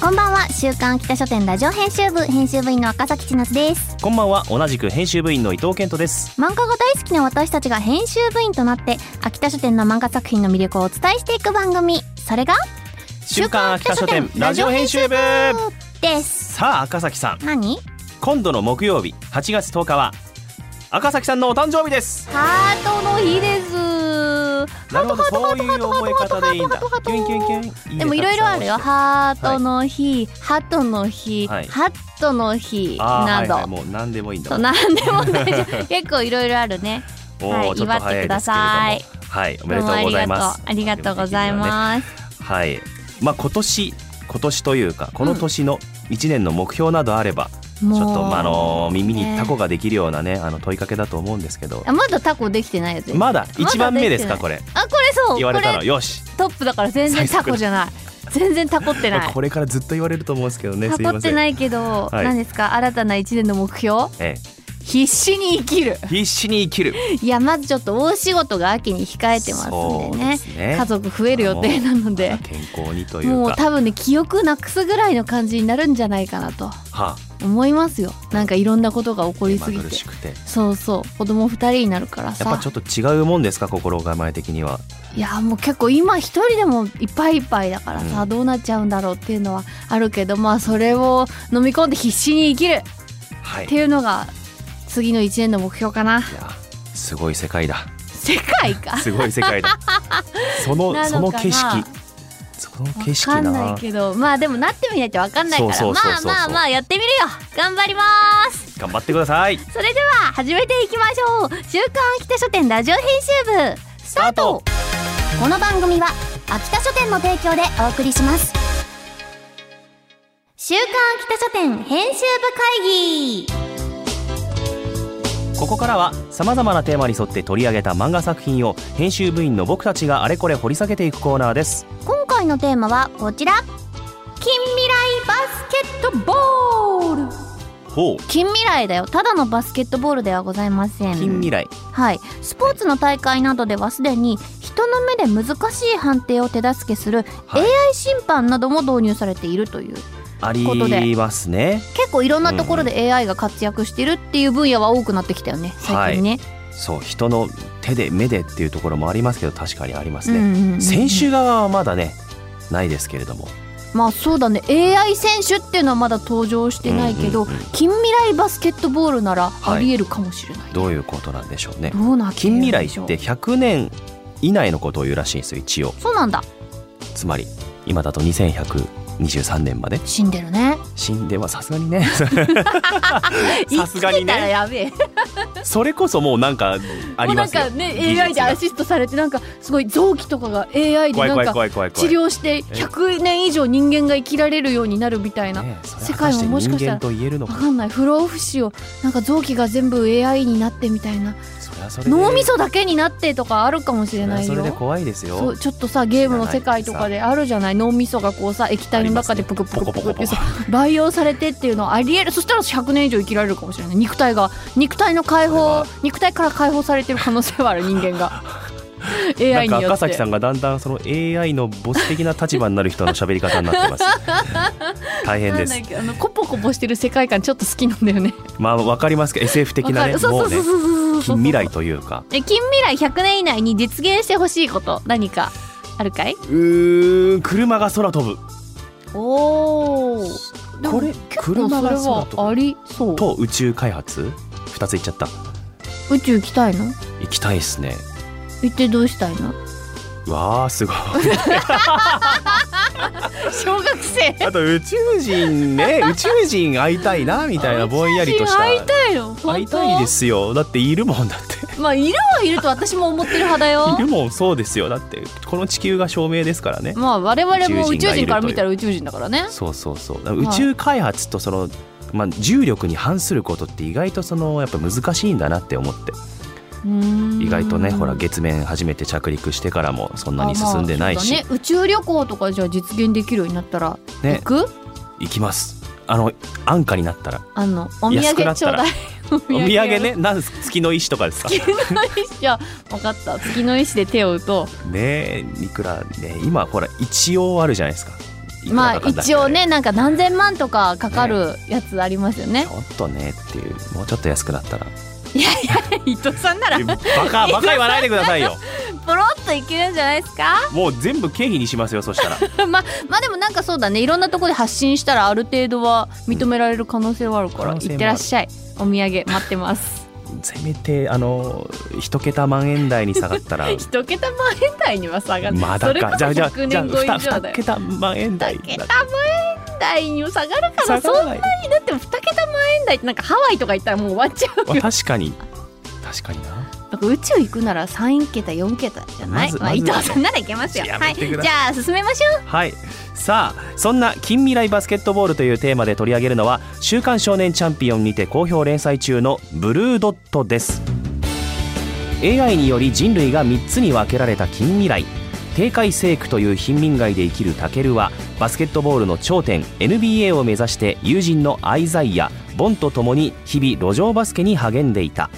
こんばんは、週刊秋田書店ラジオ編集部編集部員の赤崎千夏です。こんばんは同じく編集部員の伊藤健人です漫画が大好きな私たちが編集部員となって秋田書店の漫画作品の魅力をお伝えしていく番組それが週刊秋田書店ラジオ編集部ですさあ赤崎さん何今度の木曜日8月10日は赤崎さんのお誕生日ですハートの日ですなるほどそういう覚え方でいいんだキュンキュンキュンねでもいろいろあるよハー押してトの日、ハトの日、はいハットの日あーなはいはい、どもう何でもいいんだそうなん でも大丈夫結構いろいろあるねおはいーちょっと早い祝ってですけれどもはいおめでとうございますどうもありがとうありがとうございますすはいまあ今年今年というかこの年の一年の目標などあれば、もうちょっとまああの耳にタコができるようなねあの問いかけだと思うんですけどあまだタコできてないよ全然まだ一番目ですかまこれあこれそう言われたこのよしれトップだから全然タコじゃない全然タコってまなあいこれからずっと言われると思うんですけどねすタいコまってせんないけど、はい何ですか新たな一年の目標え必死に生きるえ必死に生きるいやまずちょっと大仕事が秋に控えてますんでそうでねすね家族増える予定なのでまあ健康にというかもう多分ね記憶なくすぐらいの感じになるんじゃないかなとはあ思いますよなんかいろんなことが起こり目すまぎぐてるしくてやそうそう子供二人になるからっぱさちょっと違うもんですか心構え的にはいやもう結構今一人でもいっぱいいっぱいだからさ、うんどうなっちゃうんだろうっていうのはあるけどまあそれを飲み込んで必死に生きるはいっていうのが次の1年の目標かない やすごい世界だ世界かすごい世界だそのなそののかな景色その景わ色かんなないけどまあでもなってみないとわかんないからそうそうそうそうそうまあまあまあやってみるよ頑張りまーす頑張ってくださいそれでは始めていきましょう週刊秋田書店ラジオ編集部スタートこの番組は秋田書店の提供でお送りします週刊秋田書店編集部会議ここからはさまざまなテーマに沿って取り上げた漫画作品を編集部員の僕たちがあれこれ掘り下げていくコーナーです今回のテーマはこちら近未来バスケットボールほう近未来だよただのバスケットボールではございません近未来はい、スポーツの大会などではすでに人の目で難しい判定を手助けするはい AI 審判なども導入されているという、ありますね結構いろんなところで AI が活躍してるっていう分野は多くなってきたよね最近ね。そう人の手で目でっていうところもありますけど確かにありますうんね、うんうん選手側はまだねないですけれどもまあそうだね AI 選手っていうのはまだ登場してないけど、うんうんうん近未来バスケットボールならありえるかもしれない、どういうことなんでしょうねどうなってる近ん未来でっしょうて100年以内のことを言うらしいんですよ一応そうなんだつまり今だと2123年まで死んでるね死んではさすがにねさす生がきてにたらねやべえそれこそもうなんかありますよもうなんか技術ねが AI でアシストされてなんかすごい臓器とかが AI で怖いなん怖いか怖い怖い治怖い療して100年以上人間が生きられるようになるみたいな、わねえそれ果たして世界はもしかしたら人間と言えるのかかんない不老不死をなんか臓器が全部 AI になってみたいなそれはそれで脳みそだけになってとかあるかもしれそれなはいそれでよ。怖いでそすようちょっとさゲームの世界とかであるじゃない脳みそがこうさ液体の中でプクプクプクってさあり培養されてっていうのはありえるそしたら100年以上生きられるかもしれない肉体が肉体の解それ放は肉体から解放されてる可能性はある人間 がなん AI によっかて赤崎さんがだんだんその AI のボス的な立場になる人の喋り方にな ってます大変なでんだすっけあのコポコポしてる世界観ちょっと好きなんだよね。まあわかりますけど SF 的なねわかるもうねそうそうそうそうそうそう近未来というかえ近未来100年以内に実現してほしいこと何かあるかいうーん車が空飛ぶおおこれ車が空それはあ飛ぶりそうと宇宙開発二ついっちゃった宇宙行きたいの行きたいですね行ってどうしたいのわあすごい小学生 あと宇宙人 ね宇宙人会いたいなみたいなぼんやりとした会いたいの本当会いたいですよだっているもんだってまあいるはいると私も思ってる派だよでもそうですよだってこの地球が証明ですからねまあ我々も宇宇宙宙人がいるという人から見たら宇宙人だからねそうそうそうだから宇宙開発とその、まあ、重力に反することって意外とそのやっぱ難しいんだなって思って意意外とねほら月面初めて着陸してからもそんなに進んでないし、ね、宇宙旅行とかじゃあ実現できるようになったら行ねく、行きますあの安価になったらあのお土安く産なっちょたうらだいおお土産ねなん月の石とかですか じゃあ分かった月の石で手を打とねえいくらね今ほら一応あるじゃないですかいうくまらあかかんだっけ一応ねなんか何千万とかかかるやつありますよねちょっとねっていうもうちょっと安くなったら 伊藤さんならえバカバカ言わないでくださいよポロッといけるんじゃないですか もう全部経費にしますよそしたら まあまあでもなんかそうだねいろんなところで発信したらある程度は認められる可能性はあるから、うん可能性行もあるってらっしゃいお土産待ってますせめてあの一桁万円台に下がった ら一桁万円台には下がるまだかじそゃあれこじそゃあ100じゃあ年後以上だ2よ桁万円台2桁万円台に下がるか下らそんがならないにだって2桁万円台ってなんかハワイとか行ったらもう終わっちゃうまあよ確かに確かにななんか宇宙行くなら3桁4桁じゃない、まずまあ、まず伊はね藤さんなら行けますよやはめいじてくだゃあ進めましょうはいさあそんな近未来バスケットボールというテーマで取り上げるのは「週刊少年チャンピオン」にて好評連載中の「ブルードット」です AI により人類が3つに分けられた近未来低海生区という貧民街で生きるタケルはバスケットボールの頂点 NBA を目指して友人のアイザイアボンと共に日々路上バスケに励んでいた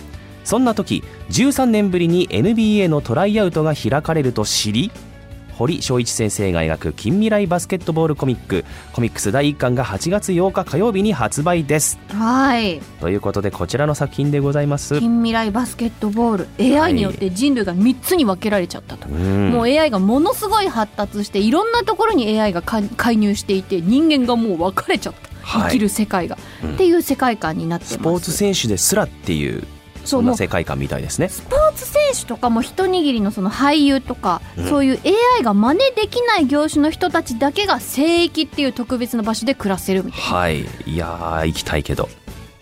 そんな時13年ぶりに NBA のトライアウトが開かれると知り堀翔一先生が描く近未来バスケットボールコミックコミックス第1巻が8月8日火曜日に発売ですはいということでこちらの作品でございます近未来バスケットボール AI によって人類が3つに分けられちゃったと、うんもう AI がものすごい発達していろんなところに AI がか介入していて人間がもう分かれちゃった、はい生きる世界が、うんっていう世界観になってますスポーツ選手ですらっていうそ、そうんもうな世界観みたいですねスポーツ選手とかも一握りのその俳優とか、うんそういう AI が真似できない業種の人たちだけが聖域っていう特別な場所で暮らせるみたいな、はいいやー行きたいけど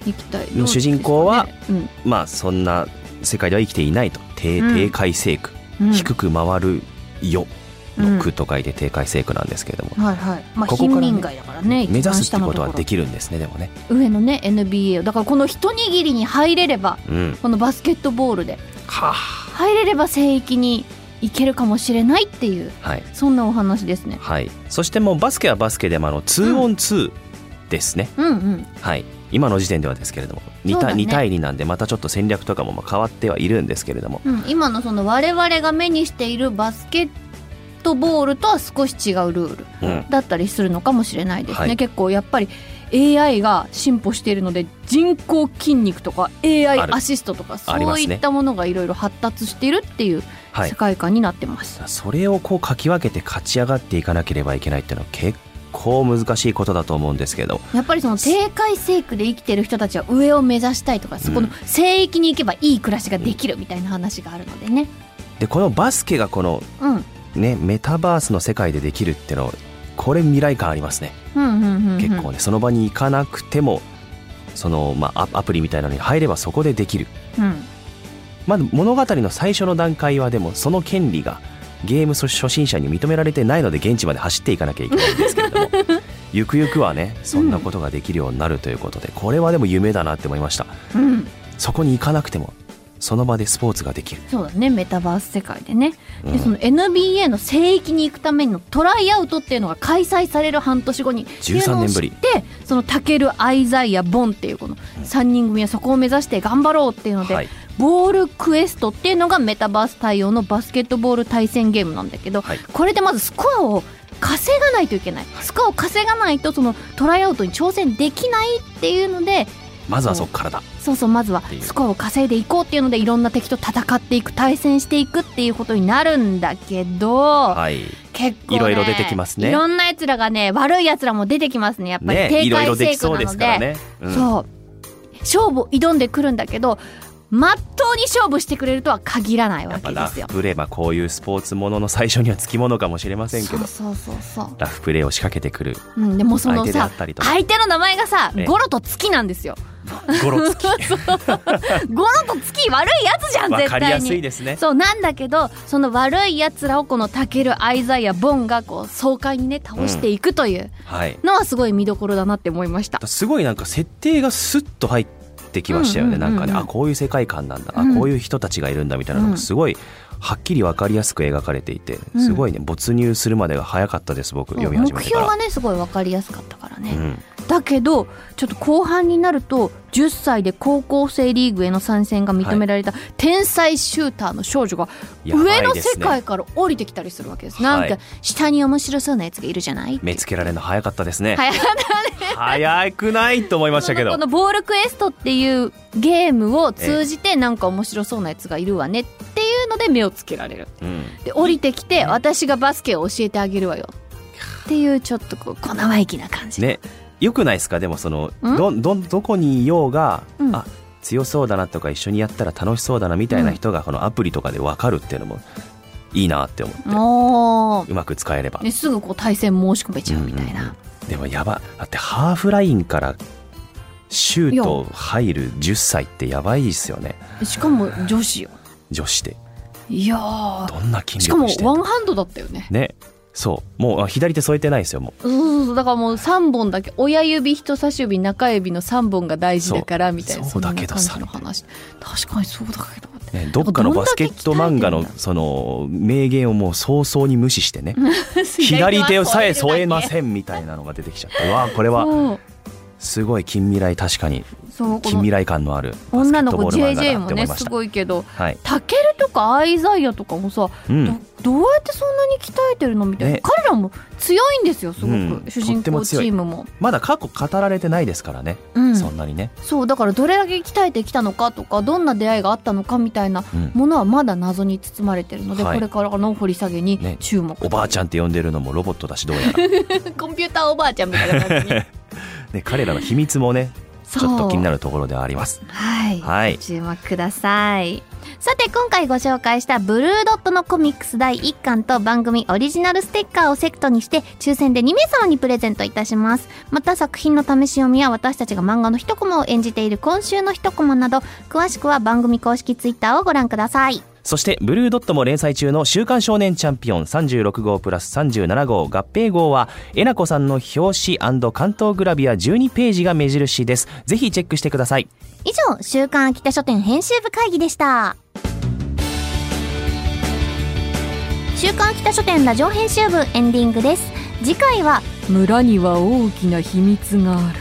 行きたいもう主人公はどうですかねまあそんな世界では生きていないと低うん低海生区、うんうん低く回るようんの区と書いて低海生区なんですけれども、はいはいまあここから貧ね民街だからね目指すってこと一番下のはろできるんですねでもね上のね NBA をだからこの一握りに入れればうんこのバスケットボールではあ入れれば聖域に行けるかもしれないっていうはいそんなお話ですねはい、そしてもうバスケはバスケでもあの 2on2 ですね、うんうんはい、今の時点ではですけれども 2, そうだ対ね2対2なんでまたちょっと戦略とかもまあ変わってはいるんですけれどもうん、今のその我々が目にしているバスケットボールとは少し違うルーうルだったりするのかもしれないですね、はい結構やっぱり AI が進歩しているので人工筋肉とか AI あるアシストとかそありまうすいねったものがいろいろ発達しているっていうはい世、界観になってます、それをこうかき分けて勝ち上がっていかなければいけないっていうのは結構難しいことだと思うんですけれどもやっぱりその低海生区で生きてる人たちは上を目指したいとかそこのうん聖域に行けばいい暮らしができるみたいな話があるのでねでこのバスケがこの、うん、うんね、メタバースの世界でできるっていうのこれ未来感ありますねうんうんうん結構ねその場に行かなくてもその、まあ、アアプリみたいなのに入ればそこでできるうんまあ、物語の最初の段階はでもその権利がゲーム初初心者に認められてないので現地まで走っていかなきゃいけないんですけれど もゆくゆくはねそんなことができるようになるということで、これはでも夢だなって思いましたうんそこに行かなくてもその場でスポーツができる、そうだねメタバース世界でね、うんでその NBA の聖域に行くためのトライアウトっていうのが開催される半年後に13年ぶりっていうのを知ってそのタケルアイザイアボンっていうこの3人組はそこを目指して頑張ろうっていうので、はいボールクエストっていうのがメタバース対応のバスケットボール対戦ゲームなんだけど、はいこれでまずスコアを稼がないといけない、スコアを稼がないとそのトライアウトに挑戦できないっていうのでまずはそこからだそうそうまずはっていうスコアを稼いでいこうっていうのでいろんな敵と戦っていく対戦していくっていうことになるんだけど、はい結構、ね、いろいろ出てきますねいろんなやつらがね悪いやつらも出てきますねやっぱりね低いろい下ろで成き功そうなでのすでからね、うんそう勝負挑んでくるんだけどまっとうに勝負してくれるとは限らないやわっぱけでラすフよ。プレーまあこういうスポーツものの最初にはつきものかもしれませんけそどうそうそうそう、ラフプレーを仕掛けてくるうん、でもそ相の手であさったりとか相手の名前がさええゴロと月なんですよゴロ つきゴロと月悪いやつじゃんわ絶かりや対すいにですねそうなんだけどその悪いやつらをこのタケルアイザイやボンがこう爽快にね倒していくというはいのはすごい見どころだなって思いました、すごいなんか設定がスッと入ってきましたよね、うんうんうんうんなんかねあこういう世界観なんだ、うんあこういう人たちがいるんだみたいなうんなんかすごいはっきりわかりやすく描かれていてすごいね没入するまでが早かったです僕そ読うみ始目めてか標らが。ねすごい分かりやすかったからね、うんだけどちょっと後半になると10歳で高校生リーグへの参戦が認められた天才シューターの少女がやばいです上ねの世界から降りてきたりするわけですはいなんか下に面白そうなやつがいるじゃないって目つけられるの早かったですね、はい早くないと思いましたけこどのボールクエストっていうゲームを通じてなんか面白そうなやつがいるわねっていうので目をつけられるうんで降りてきて私がバスケを教えてあげるわよっていうちょっとこう小生意気な感じ、ねよくないですかでもそのんどどどこにいようが、うんあ強そうだなとか一緒にやったら楽しそうだなみたいな人がこのアプリとかで分かるっていうのもいいなって思ってもうまく使えればう、ね、すぐこう対戦申し込めちゃうみたいな、うんうんうんでもやばだってハーフラインからシュート入る10歳ってやばいですよねしかも女子よ女子でいやーどんな筋しかも力してんのワンハンドだったよねねそうもうあ左手添えてないですよもそうそうそうだからもう3本だけ親指人差し指中指の3本が大事だからみたいなそうそうだけどさんな感じの話確かにそうだけどう、ね、どっかのバスケット漫画どんのだけ鍛えてんその名言をもう早々に無視してね左左手をさえ添えまん。せんみたいなのが出てきちゃったうわあこれはそうすごい近未来確かにそうこ近の未来感のあるバス女ケッのト子ボール漫画 JJ だなっもて思いねましすたごいけどはいタケルとかアイザイアとかもさ、うどんどうやってそんなに鍛えてるのみたいな、ね彼らも強いんですよすごく、うん主人とっても公チ強いームも。まだ過去語られてないですからねうん、そんなにねそうだからどれだけ鍛えてきたのかとかどんな出会いがあったのかみたいなうんものはまだ謎に包まれてるので、はいこれからの掘り下げにね注目、おばあちゃんって呼んでるのもロボットだしどうやら、 コンピューターおばあちゃんみたいな感じにね、彼らの秘密もねちょっと気になるところではありますはい、はいご注目くださいさて今回ご紹介したブルードットのコミックス第1巻と番組オリジナルステッカーをセットにして抽選で2名様にプレゼントいたします。また作品の試し読みや私たちが漫画の一コマを演じている今週の一コマなど詳しくは番組公式ツイッターをご覧ください。そしてブルードットも連載中の「週刊少年チャンピオン」36号プラス37号合併号はえなこさんの表紙関東グラビア12ページが目印ですぜひチェックしてください以上、週刊秋田書店編集部会議でした。週刊秋田書店ラジオ編集部エンディングです。次回は、村には大きな秘密がある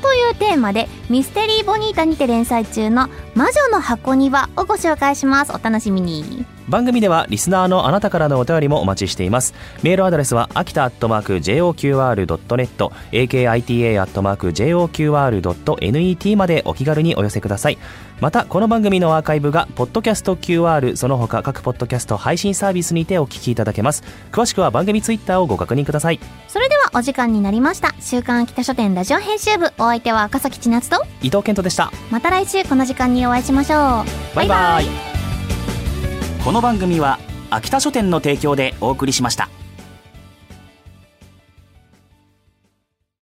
というテーマでミステリーボニータにて連載中の魔女の箱庭をご紹介しますお楽しみに番組ではリスナーのあなたからのお便りもお待ちしていますメールアドレスは秋田アットマーク JOQR.net akita アットマーク JOQR.net までお気軽にお寄せくださいまたこの番組のアーカイブがポッドキャスト QR その他各ポッドキャスト配信サービスにてお聞きいただけます詳しくは番組ツイッターをご確認くださいそれではお時間になりました週刊秋田書店ラジオ編集部お相手は赤崎千夏と伊藤健人でしたまた来週この時間にお会いしましょうバイバイこの番組は秋田書店の提供でお送りしました